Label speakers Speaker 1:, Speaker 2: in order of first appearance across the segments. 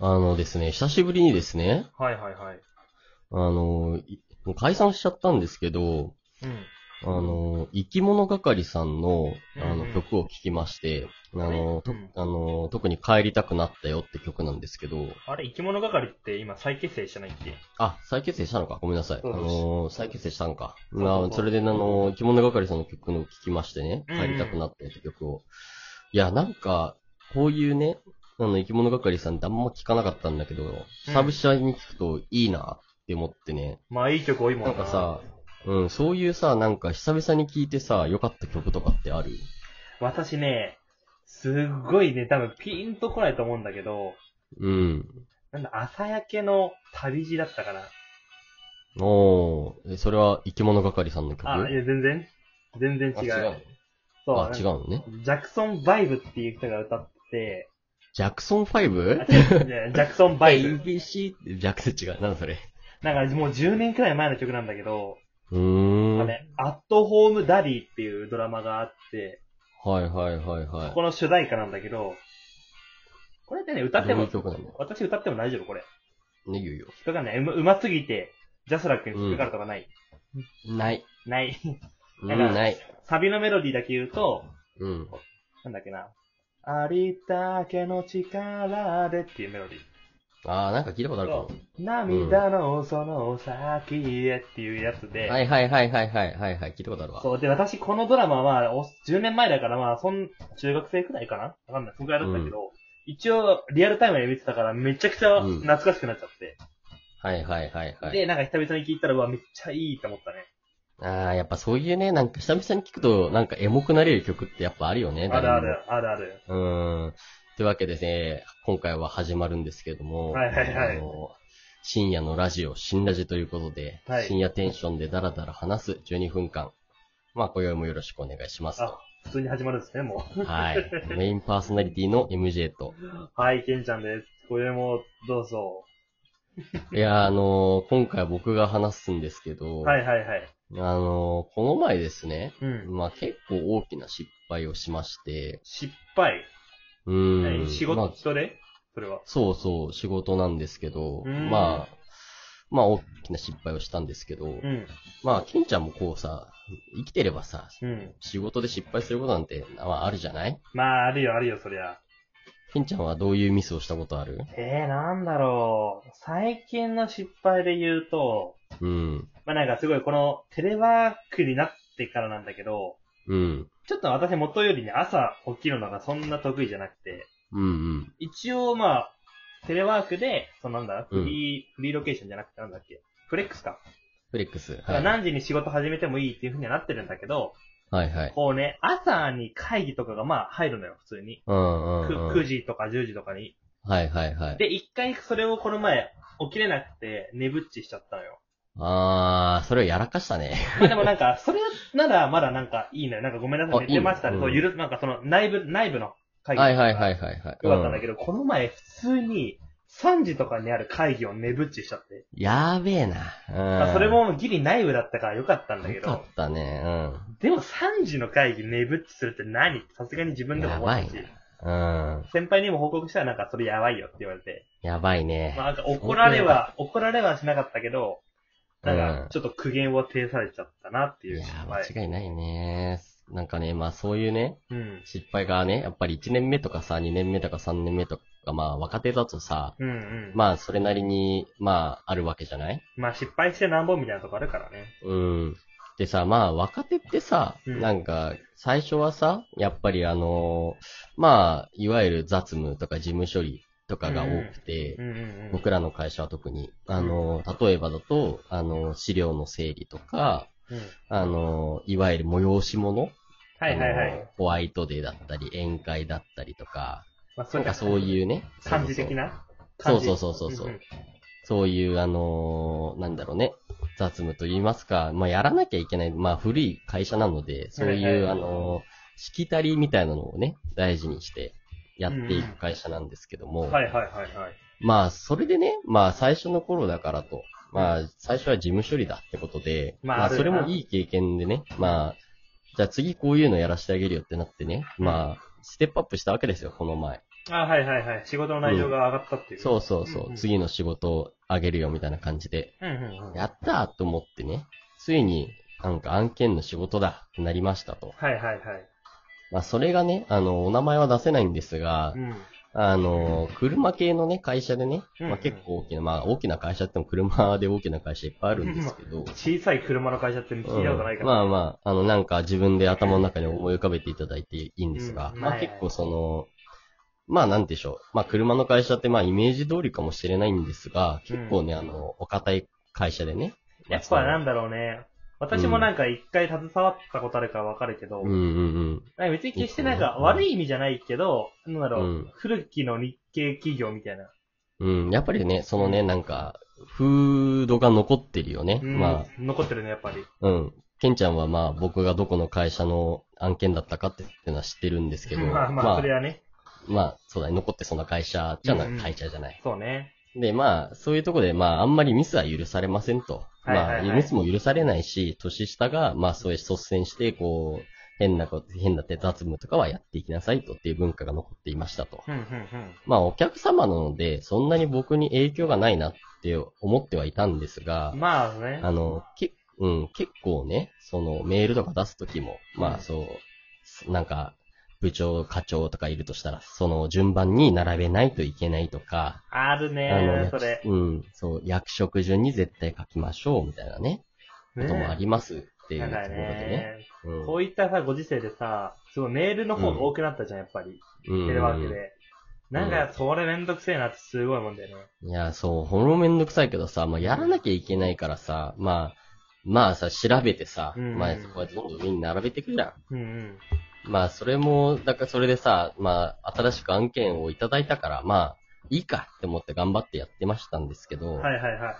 Speaker 1: あのですね、久しぶりにですね、
Speaker 2: はいはいはい。
Speaker 1: あの、いもう解散しちゃったんですけど、
Speaker 2: うん。
Speaker 1: あの、生き物係さんのあ
Speaker 2: うんう
Speaker 1: の
Speaker 2: ん
Speaker 1: 曲を聴きまして、あの、と
Speaker 2: うん
Speaker 1: あの、特に帰りたくなったよって曲なんですけど、
Speaker 2: あれ、生き物係って今再結成してないっけ
Speaker 1: あ、再結成したのかごめんなさい。あ
Speaker 3: そうです
Speaker 1: の、再結成したのか。
Speaker 2: そうそう
Speaker 1: まあそれで、あの、生き物係さんの曲を聴きましてね、
Speaker 2: うん
Speaker 1: 帰りたくなったよって曲を。いや、なんか、こういうね、あの、生き物係さんってあんま聞かなかったんだけど、久々に聞くといいなって思ってね、
Speaker 2: まあいい曲多いもん
Speaker 1: なんかさ、うん、そういうさ、なんか久々に聴いてさ、良かった曲とかってある
Speaker 2: 私ね、すっごいね、多分ピンとこないと思うんだけど、
Speaker 1: うん。
Speaker 2: なんだ、朝焼けの旅路だったかな。
Speaker 1: おー、えそれは生き物係さんの曲
Speaker 2: あ、いや、全然全然違う。そう、
Speaker 1: あ、違う
Speaker 2: なん
Speaker 1: の
Speaker 2: か
Speaker 1: ね。
Speaker 2: ジャクソン・バイブっていう人が歌って
Speaker 1: ジャクソン 5?
Speaker 2: て、ね ジャクソン・バイブ。
Speaker 1: ABC って、ジャクソン違う。なんだそれ。
Speaker 2: なんかもう10年くらい前の曲なんだけど、
Speaker 1: うー
Speaker 2: あ
Speaker 1: ん。
Speaker 2: れ、アットホーム・ダディっていうドラマがあって、
Speaker 1: はいはいはいは
Speaker 2: ここの主題歌なんだけど、これってね、歌
Speaker 1: い。
Speaker 2: っ
Speaker 1: ど
Speaker 2: て
Speaker 1: うい
Speaker 2: も
Speaker 1: う、曲なの
Speaker 2: 私歌っても大丈夫これ。
Speaker 1: ね、言うよ。
Speaker 2: 人がね、うまうますぎて、ジャスラックに引っかかるとかない。
Speaker 1: ない。
Speaker 2: ない。
Speaker 1: うん、
Speaker 2: だから
Speaker 1: ない。
Speaker 2: サビのメロディーだけ言うと、
Speaker 1: うん。
Speaker 2: なんだっけな。ありったけの力でっていうメロディー。
Speaker 1: あー、なんか聞いたことあるかも。
Speaker 2: 涙のその先へっていうやつで。
Speaker 1: はいはいはいはいはいはいはい。聞いたことあるわ。
Speaker 2: そう、で、私このドラマは、お10年前だから、まあ、そん、中学生くらいかなわかんない。そんくらいだったけど、一応、リアルタイムで見てたから、めちゃくちゃ
Speaker 1: うん
Speaker 2: 懐かしくなっちゃって。
Speaker 1: はいはいはいはい。
Speaker 2: で、なんか久々に聞いたら、うわ、めっちゃいいと思ったね。
Speaker 1: ああ、やっぱそういうね、なんか久々に聞くと、なんかエモくなれる曲ってやっぱあるよね。
Speaker 2: ある
Speaker 1: 誰
Speaker 2: あ
Speaker 1: に
Speaker 2: る、あるある。
Speaker 1: も。うーん。というわけでね、今回は始まるんですけれども、
Speaker 2: はいはいはい
Speaker 1: あの深夜のラジオ、新ラジということで、
Speaker 2: はい
Speaker 1: 深夜テンションでダラダラ話す12分間。まあ、今宵もよろしくお願いします
Speaker 2: あ
Speaker 1: と。、
Speaker 2: 普通に始まるんですね、もう。
Speaker 1: はい。メインパーソナリティの MJ と。
Speaker 2: はい、ケンちゃんです。これも、どうぞ。
Speaker 1: いやー、あのー今回僕が話すんですけど、
Speaker 2: はいはいはい。
Speaker 1: あのーこの前ですね、
Speaker 2: うん。
Speaker 1: まあ結構大きな失敗をしまして、
Speaker 2: 失敗。
Speaker 1: うー
Speaker 2: 何
Speaker 1: ん。
Speaker 2: 仕
Speaker 1: ま
Speaker 2: 事、
Speaker 1: あ
Speaker 2: 人でそれは。
Speaker 1: そうそう、仕事なんですけど、
Speaker 2: うん
Speaker 1: まあ、まあ大きな失敗をしたんですけど、
Speaker 2: うん。
Speaker 1: まあ、金ちゃんもこうさ、生きてればさ、
Speaker 2: うん。
Speaker 1: 仕事で失敗することなんて、まあ、あるじゃない
Speaker 2: まあ、あるよ、あるよ、そりゃ。
Speaker 1: 金ちゃんはどういうミスをしたことある
Speaker 2: えー、なんだろう。最近の失敗で言うと、
Speaker 1: うん。
Speaker 2: まあなんかすごいこのテレワークになってからなんだけど、
Speaker 1: うん。
Speaker 2: ちょっと私元よりね、朝起きるのがそんな得意じゃなくて、
Speaker 1: うんうん。
Speaker 2: 一応まあ、テレワークで、そのなんだ、
Speaker 1: うん
Speaker 2: フリー、フリーロケーションじゃなくてなんだっけ、フレックスか。
Speaker 1: フレックス。
Speaker 2: だか
Speaker 1: は
Speaker 2: ら
Speaker 1: い。
Speaker 2: 何時に仕事始めてもいいっていう風にはなってるんだけど、
Speaker 1: はいはい。
Speaker 2: こうね、朝に会議とかがまあ入るのよ、普通に。
Speaker 1: うんうん
Speaker 2: く
Speaker 1: うん。
Speaker 2: 9時とか10時とかに。
Speaker 1: はいはいはい。
Speaker 2: で、一回それをこの前、起きれなくて、寝ぶっちしちゃったのよ。
Speaker 1: あー、それをやらかしたね。
Speaker 2: まあでもなんか、それならまだなんかいいのよ。なんかごめんなさ
Speaker 1: あ
Speaker 2: い、寝てました
Speaker 1: い
Speaker 2: ね。
Speaker 1: い
Speaker 2: そ
Speaker 1: の
Speaker 2: う、
Speaker 1: うん
Speaker 2: ゆる、なんかその内部、内部の会議
Speaker 1: はいはい
Speaker 2: い。
Speaker 1: はいはいはい。
Speaker 2: よかったんだけ
Speaker 1: ど。
Speaker 2: ど、この前普通に3時とかにある会議を寝ぶっちしちゃって。
Speaker 1: やーべえな。
Speaker 2: ま
Speaker 1: う
Speaker 2: あ
Speaker 1: ん。
Speaker 2: それ、もギリ内部だったからよかったんだけ
Speaker 1: よか
Speaker 2: ど、
Speaker 1: ったね。うん。
Speaker 2: でも3時の会議寝ぶっちするって何ってさすがに自分でも思ったし
Speaker 1: やばい、うん。
Speaker 2: 先輩にも報告したらなんかそれやばいよって言われて、
Speaker 1: やばいね。
Speaker 2: まあなんか怒られは、怒られはしなかったけど、なん
Speaker 1: う
Speaker 2: か
Speaker 1: ん
Speaker 2: ちょっと苦言を呈されちゃったなって
Speaker 1: い
Speaker 2: いう。
Speaker 1: やー、
Speaker 2: はい
Speaker 1: 間違いないね。なんかね、まあそういうね、
Speaker 2: うん。
Speaker 1: 失敗がね、やっぱり1年目とかさ、2年目とか3年目とか、まあ若手だとさ、
Speaker 2: うんうん。まあ、
Speaker 1: まあそれなりに、まああるわけじゃない
Speaker 2: 失敗してなんぼみたいなとこあるからね。
Speaker 1: うん。でさ、まあ若手ってさ、
Speaker 2: うん
Speaker 1: なんか最初はさ、やっぱりあのーまあいわゆる雑務とか事務処理とかが多くて、
Speaker 2: うんうんうん。
Speaker 1: 僕らの会社は特に、あのー例えばだと、あのー資料の整理とか、
Speaker 2: うん。
Speaker 1: あのーいわゆる催し物
Speaker 2: はいはいは
Speaker 1: あの
Speaker 2: い。。
Speaker 1: ホワイトデーだったり、宴会だったりとか、
Speaker 2: まあ、そ
Speaker 1: なんかそう
Speaker 2: う
Speaker 1: いうね。
Speaker 2: 感じ的な
Speaker 1: そうそうそうそうそう。
Speaker 2: 感じ
Speaker 1: そういう、あのーなんだろうね。雑務と言いますか、まあ、やらなきゃいけない、まあ、古い会社なので、そう
Speaker 2: はい
Speaker 1: いう、
Speaker 2: はい
Speaker 1: あのーしきたりみたいなのをね、大事にしてやっていく会社なんですけども、
Speaker 2: うんうんはいはいはいはい。
Speaker 1: まあ、それでね、まあ、最初の頃だからと、まあ、最初は事務処理だってことで、
Speaker 2: まあ
Speaker 1: ま
Speaker 2: あ
Speaker 1: あ、
Speaker 2: る
Speaker 1: そ
Speaker 2: よ
Speaker 1: れ
Speaker 2: な
Speaker 1: もいい経験でね、まあ、じゃあ次こういうのやらせてあげるよってなってね、まあ、ステップアップしたわけですよ、この前。
Speaker 2: あ、はいはいはい。仕事の内容が上がったっていう。
Speaker 1: そうそうそう、
Speaker 2: うんうん
Speaker 1: 次の仕事をあげるよみたいな感じで、
Speaker 2: うんうんうん。
Speaker 1: やったーと思ってね、ついになんか案件の仕事だってなりましたと。
Speaker 2: はいはいはい。
Speaker 1: まあそれがね、あの、お名前は出せないんですが
Speaker 2: う、ん。
Speaker 1: あの、車系のね、会社でね、
Speaker 2: うん
Speaker 1: まあ結構大きな、まあ大きな会社っても車で大きな会社いっぱいあるんですけど、
Speaker 2: 小さい車の会社って聞いたことないから。
Speaker 1: まあまあ、あの、なんか自分で頭の中に思い浮かべていただいていいんですが、
Speaker 2: うん
Speaker 1: ま
Speaker 2: は
Speaker 1: あ
Speaker 2: いはい
Speaker 1: 結構その、まあなんでしょう。まあ車の会社ってまあイメージ通りかもしれないんですが、結構ね、
Speaker 2: うん
Speaker 1: あの、お堅い会社でね。
Speaker 2: やっぱなんだろうね。私もなんか一回携わったことあるからわかるけど、
Speaker 1: うんうん
Speaker 2: なんか別に決してなんか
Speaker 1: うん
Speaker 2: 悪い意味じゃないけど、なんだろう、
Speaker 1: うん
Speaker 2: 古きの日系企業みたいな。
Speaker 1: うん。うん、やっぱりね、そのね、なんか、フードが残ってるよね。
Speaker 2: うん
Speaker 1: ま
Speaker 2: 残ってるね、やっぱり。
Speaker 1: あ、うん。ケンちゃんはまあ僕がどこの会社の案件だったかっていうのは知ってるんですけど、
Speaker 2: まあまあ、それはね。
Speaker 1: まあそうだね、残ってその会社じゃな、
Speaker 2: うんうん
Speaker 1: 会社じゃない。
Speaker 2: そうね。
Speaker 1: で、まあ、そういうとこで、まあ、あんまりミスは許されませんと。
Speaker 2: はいはいはい
Speaker 1: まあ、ミスも許されないし、年下が、まあ、そういう率先して、こう、変なこと、変な手雑務とかはやっていきなさいとっていう文化が残っていましたと。
Speaker 2: うん、うん、うん。
Speaker 1: まあ、お客様なので、そんなに僕に影響がないなって思ってはいたんですが、
Speaker 2: まあね。
Speaker 1: あの、け、うん、結構ね、その、メールとか出すときも、まあ、そう、なんか、部長、課長とかいるとしたら、その順番に並べないといけないとか、
Speaker 2: ある
Speaker 1: あ
Speaker 2: ね
Speaker 1: の、
Speaker 2: それ。
Speaker 1: うん、そう、役職順に絶対書きましょう、みたいなね、こともありますっていう
Speaker 2: だ
Speaker 1: とこ
Speaker 2: か
Speaker 1: ろ
Speaker 2: ら
Speaker 1: でね。
Speaker 2: ね、
Speaker 1: うん
Speaker 2: こういったさ、ご時世でさ、すごいメールの方が多くなったじゃん、やっぱり。
Speaker 1: うん
Speaker 2: テレワークで。
Speaker 1: ん
Speaker 2: なんか、それめんどくせえなってすごいもんだよね。
Speaker 1: いや、そう、ほんのめんどくさいけどさ、まあ、やらなきゃいけないからさ、まあ、まあさ、調べてさ、
Speaker 2: うん
Speaker 1: まあ、こうやってどんどん上に並べていくじゃ
Speaker 2: うんうん。
Speaker 1: ん。まあ、それも、だからそれでさ、まあ、新しく案件をいただいたから、まあ、いいかって思って頑張ってやってましたんですけど、
Speaker 2: はいはいはい。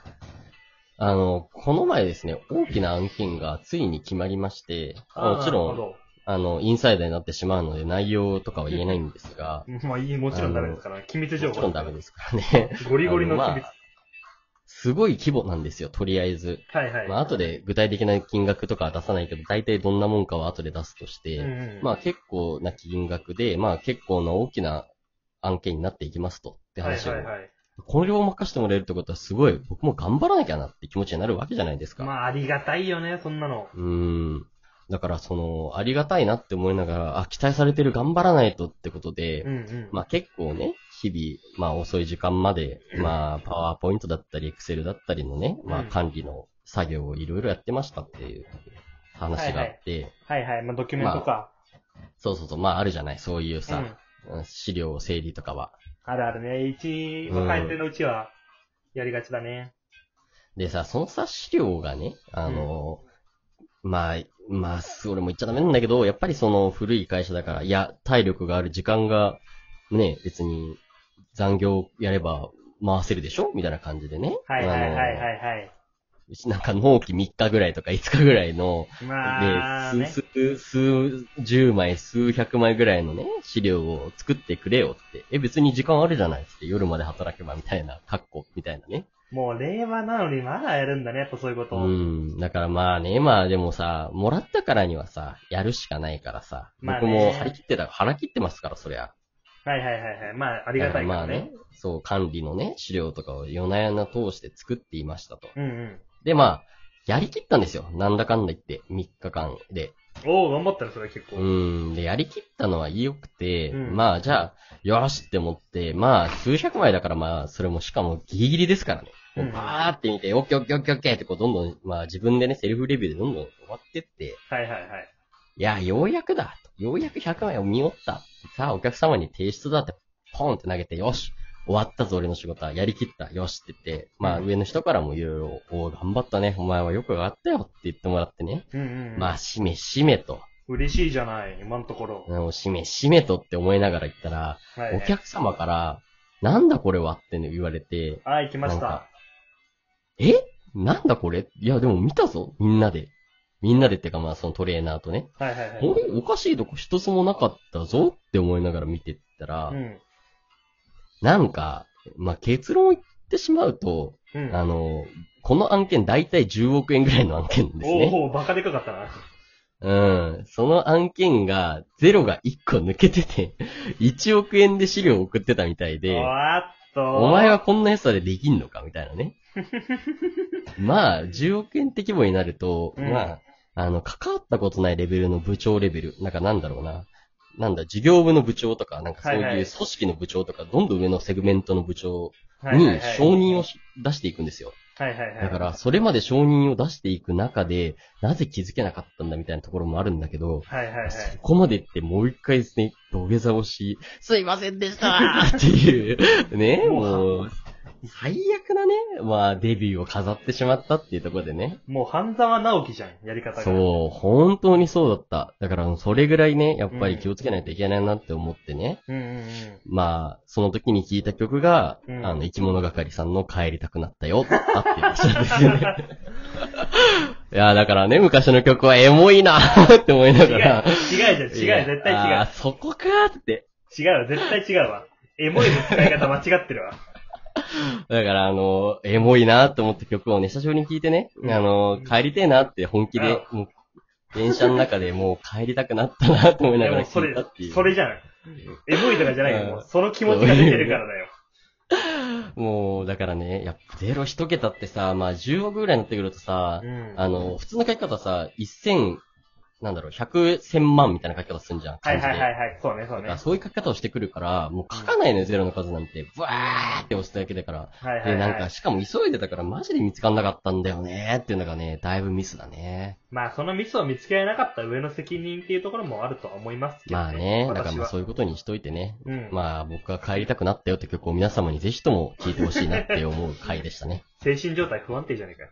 Speaker 1: あの、この前ですね、大きな案件がついに決まりまして、
Speaker 2: あー
Speaker 1: もちろん、
Speaker 2: なるほ
Speaker 1: あの、インサイダーになってしまうので内容とかは言えないんです が、
Speaker 2: どまあいい、もちろんダメですから、機密
Speaker 1: も
Speaker 2: 情報。
Speaker 1: ちろんダメですからね。
Speaker 2: ゴリゴリの機
Speaker 1: あの
Speaker 2: 密
Speaker 1: ま。あすごい規模なんですよ、とりあえず。
Speaker 2: はいはい。
Speaker 1: まあ、後で具体的な金額とかは出さないけど、大体どんなもんかは後で出すとし
Speaker 2: うん
Speaker 1: て、
Speaker 2: うん、
Speaker 1: まあ結構な金額で、まあ結構な大きな案件になっていきますと、って
Speaker 2: はい
Speaker 1: 話を
Speaker 2: は。いはい。
Speaker 1: これを任せてもらえるってことはすごい、僕も頑張らなきゃなって気持ちになるわけじゃないですか。
Speaker 2: まあ、ありがたいよね、そんなの。
Speaker 1: うーん。だからその、ありがたいなって思いながら、あ、期待されてる頑張らないとってことで
Speaker 2: う、んうん。
Speaker 1: まあ結構ね、日々、まあ遅い時間まで、まあパワーポイントだったり、エクセルだったりのね、まあ
Speaker 2: うん
Speaker 1: 管理の作業をいろいろやってましたっていう話があって、
Speaker 2: はいはい。まあ、ドキュメントか。
Speaker 1: そうそうそう、まああるじゃない、そういう
Speaker 2: う
Speaker 1: さ、
Speaker 2: ん。
Speaker 1: うん資料整理とかは。
Speaker 2: あるあるね。一、
Speaker 1: うん
Speaker 2: まあ、帰のうちは、やりがちだね。
Speaker 1: でさ、そのさ、資料がね、あの、まあ、まあ、す俺も言っちゃダメなんだけど、やっぱりその古い会社だから、いや、体力がある時間が、ね、別に残業やれば回せるでしょみたいな感じでね。
Speaker 2: はいはいはいは
Speaker 1: あの
Speaker 2: いはい。
Speaker 1: なんか納期3日ぐらいとか5日ぐらいの、
Speaker 2: まあ、
Speaker 1: で、
Speaker 2: ね。
Speaker 1: 数、数、数、十枚、数百枚ぐらいのね、資料を作ってくれよって。え、別に時間あるじゃないっつって、夜まで働けばみたいな、格好みたいなね。
Speaker 2: もう令和なのにまだやるんだね、やっぱそういうこと。
Speaker 1: うん。だからまあね、まあでもさ、もらったからにはさ、やるしかないからさ、
Speaker 2: まあ
Speaker 1: 僕
Speaker 2: ね
Speaker 1: も張り切ってた、腹切ってますから、そりゃ。
Speaker 2: はいはいはいはい。まあ、ありがた
Speaker 1: だから
Speaker 2: いか
Speaker 1: ま
Speaker 2: ら
Speaker 1: あ
Speaker 2: ね
Speaker 1: ね。、そう、管理のね、資料とかを夜な夜な通して作っていましたと。
Speaker 2: うんうん。
Speaker 1: で、まあ、やりきったんですよ。なんだかんだ言って、3日間で。
Speaker 2: おお、頑張ったね、それ結
Speaker 1: う
Speaker 2: 構。
Speaker 1: ん。で、やりきったのは良くて、
Speaker 2: うん
Speaker 1: まあ、じゃあ、よしって思って、まあ、数百枚だからまあ、それもしかもギリギリですからね。もう
Speaker 2: うん
Speaker 1: バーって見て、オッケーオッケーオッケーオッケーってこう、どんどん、まあ自分でね、セルフレビューでどんどん終わってって、
Speaker 2: はいはいはい。
Speaker 1: いや、ようやくだとようやく100枚を見終わったさあ、お客様に提出だって、ポンって投げて、よし終わったぞ、俺の仕事は。やりきった。よしって言って、まあ、
Speaker 2: うん
Speaker 1: 上の人からもいろいろ、おー頑張ったね。お前はよく上がったよって言ってもらってね。
Speaker 2: うんうんうん。
Speaker 1: まあ、しめしめと。
Speaker 2: 嬉しいじゃない、今のところ。
Speaker 1: うんしめしめとって思いながら言ったら、
Speaker 2: はい、
Speaker 1: お客様から、なんだこれはってね言われて、
Speaker 2: あ、行きまし
Speaker 1: なんか
Speaker 2: た。
Speaker 1: えなんだこれいや、でも見たぞ、みんなで。みんなでってか、まあ、そのトレーナーとね。
Speaker 2: はいはいはい。
Speaker 1: おいおかしいとこ一つもなかったぞって思いながら見てったら、
Speaker 2: うん。
Speaker 1: なんか、まあ、結論を言ってしまうと、
Speaker 2: うん。
Speaker 1: あの、この案件大体10億円ぐらいの案件ですね。
Speaker 2: おお、バカでかかったな。
Speaker 1: うん。その案件が、ゼロが1個抜けてて、1億円で資料を送ってたみたいで、
Speaker 2: わーっと。
Speaker 1: お前はこんな安さでできんのかみたいな ね。まあ、10億円って規模になると、
Speaker 2: うん
Speaker 1: まあ、あの、関わったことないレベルの部長レベル、なんかなんだろうな。なんだ、事業部の部長とか、なんかそういう
Speaker 2: はいはい
Speaker 1: 組織の部長とか、どんどん上のセグメントの部長
Speaker 2: はいはいは
Speaker 1: に
Speaker 2: い
Speaker 1: 承認をし出していくんですよ。
Speaker 2: はいはいはい。
Speaker 1: だから、それまで承認を出していく中で、なぜ気づけなかったんだみたいなところもあるんだけど、
Speaker 2: はいはいはい。
Speaker 1: そこまで行ってもう一回ですね、土下座をし、すいませんでしたー って いう、ね、もう、最悪なね、まあ、デビューを飾ってしまったっていうところでね。
Speaker 2: もう半沢直樹じゃん、やり方が。
Speaker 1: そう、本当にそうだった。だから、それぐらいね、やっぱり気をつけないといけないなって思ってね。
Speaker 2: うんうんうん。
Speaker 1: まあ、その時に聴いた曲が、
Speaker 2: うん
Speaker 1: あの、生き物係さんの帰りたくなったよ、だっていう話なんです よね。いや、だからね、昔の曲はエモいなって思いな
Speaker 2: 違う、
Speaker 1: が
Speaker 2: 違
Speaker 1: ら。
Speaker 2: うじゃん、違う、絶対違
Speaker 1: あ
Speaker 2: う
Speaker 1: ー。そこかって。
Speaker 2: 違うわ、絶対違うわ。エモいの使い方間違って るわ。
Speaker 1: だから、あの、エモいなって思った曲をね、久しぶりに聴いてね、
Speaker 2: うん
Speaker 1: あの、帰りてえなって本気で、もう、電車の中でもう帰りたくなったなって思いな
Speaker 2: で
Speaker 1: がら
Speaker 2: もそ
Speaker 1: 聴い
Speaker 2: れ
Speaker 1: たってい、う。
Speaker 2: それじゃん。エモいとかじゃないよ。
Speaker 1: うん
Speaker 2: もうその気持ちが出てるからだよ。
Speaker 1: もう、だからね、やっぱゼロ一桁ってさ、まあ10億ぐらいになってくるとさ
Speaker 2: う、ん。
Speaker 1: あの、普通の書き方さ、1000、なんだろう、100、1000万みたいな書き方するんじゃん。
Speaker 2: は
Speaker 1: 漢
Speaker 2: い
Speaker 1: 字
Speaker 2: は
Speaker 1: で
Speaker 2: いはいはい。そうね、そ
Speaker 1: だ
Speaker 2: う
Speaker 1: か
Speaker 2: ね。
Speaker 1: らそういう書き方をしてくるから、もう書かないのよ、ゼロの数なんて。ブワーって押しただけだから。
Speaker 2: はいはい
Speaker 1: で、
Speaker 2: は。
Speaker 1: ないんか、しかも急いでたからマジで見つかんなかったんだよねっていうのがね、だいぶミスだね。
Speaker 2: まあ、そのミスを見つけられなかった上の責任っていうところもあるとは思いますけど、
Speaker 1: まあね、だから
Speaker 2: 私
Speaker 1: まあ
Speaker 2: は。
Speaker 1: そういうことにしといてね。
Speaker 2: うん。
Speaker 1: まあ僕が帰りたくなったよって曲を皆様にぜひとも聴いてほしいなって思う回でしたね。
Speaker 2: 精神状態不安定じゃねえかよ。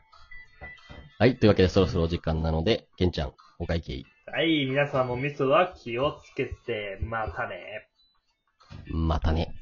Speaker 1: はい、というわけでそろそろお時間なので、けんちゃん、お会計、
Speaker 2: はい、皆さんもミスは気をつけて、またね。
Speaker 1: またね。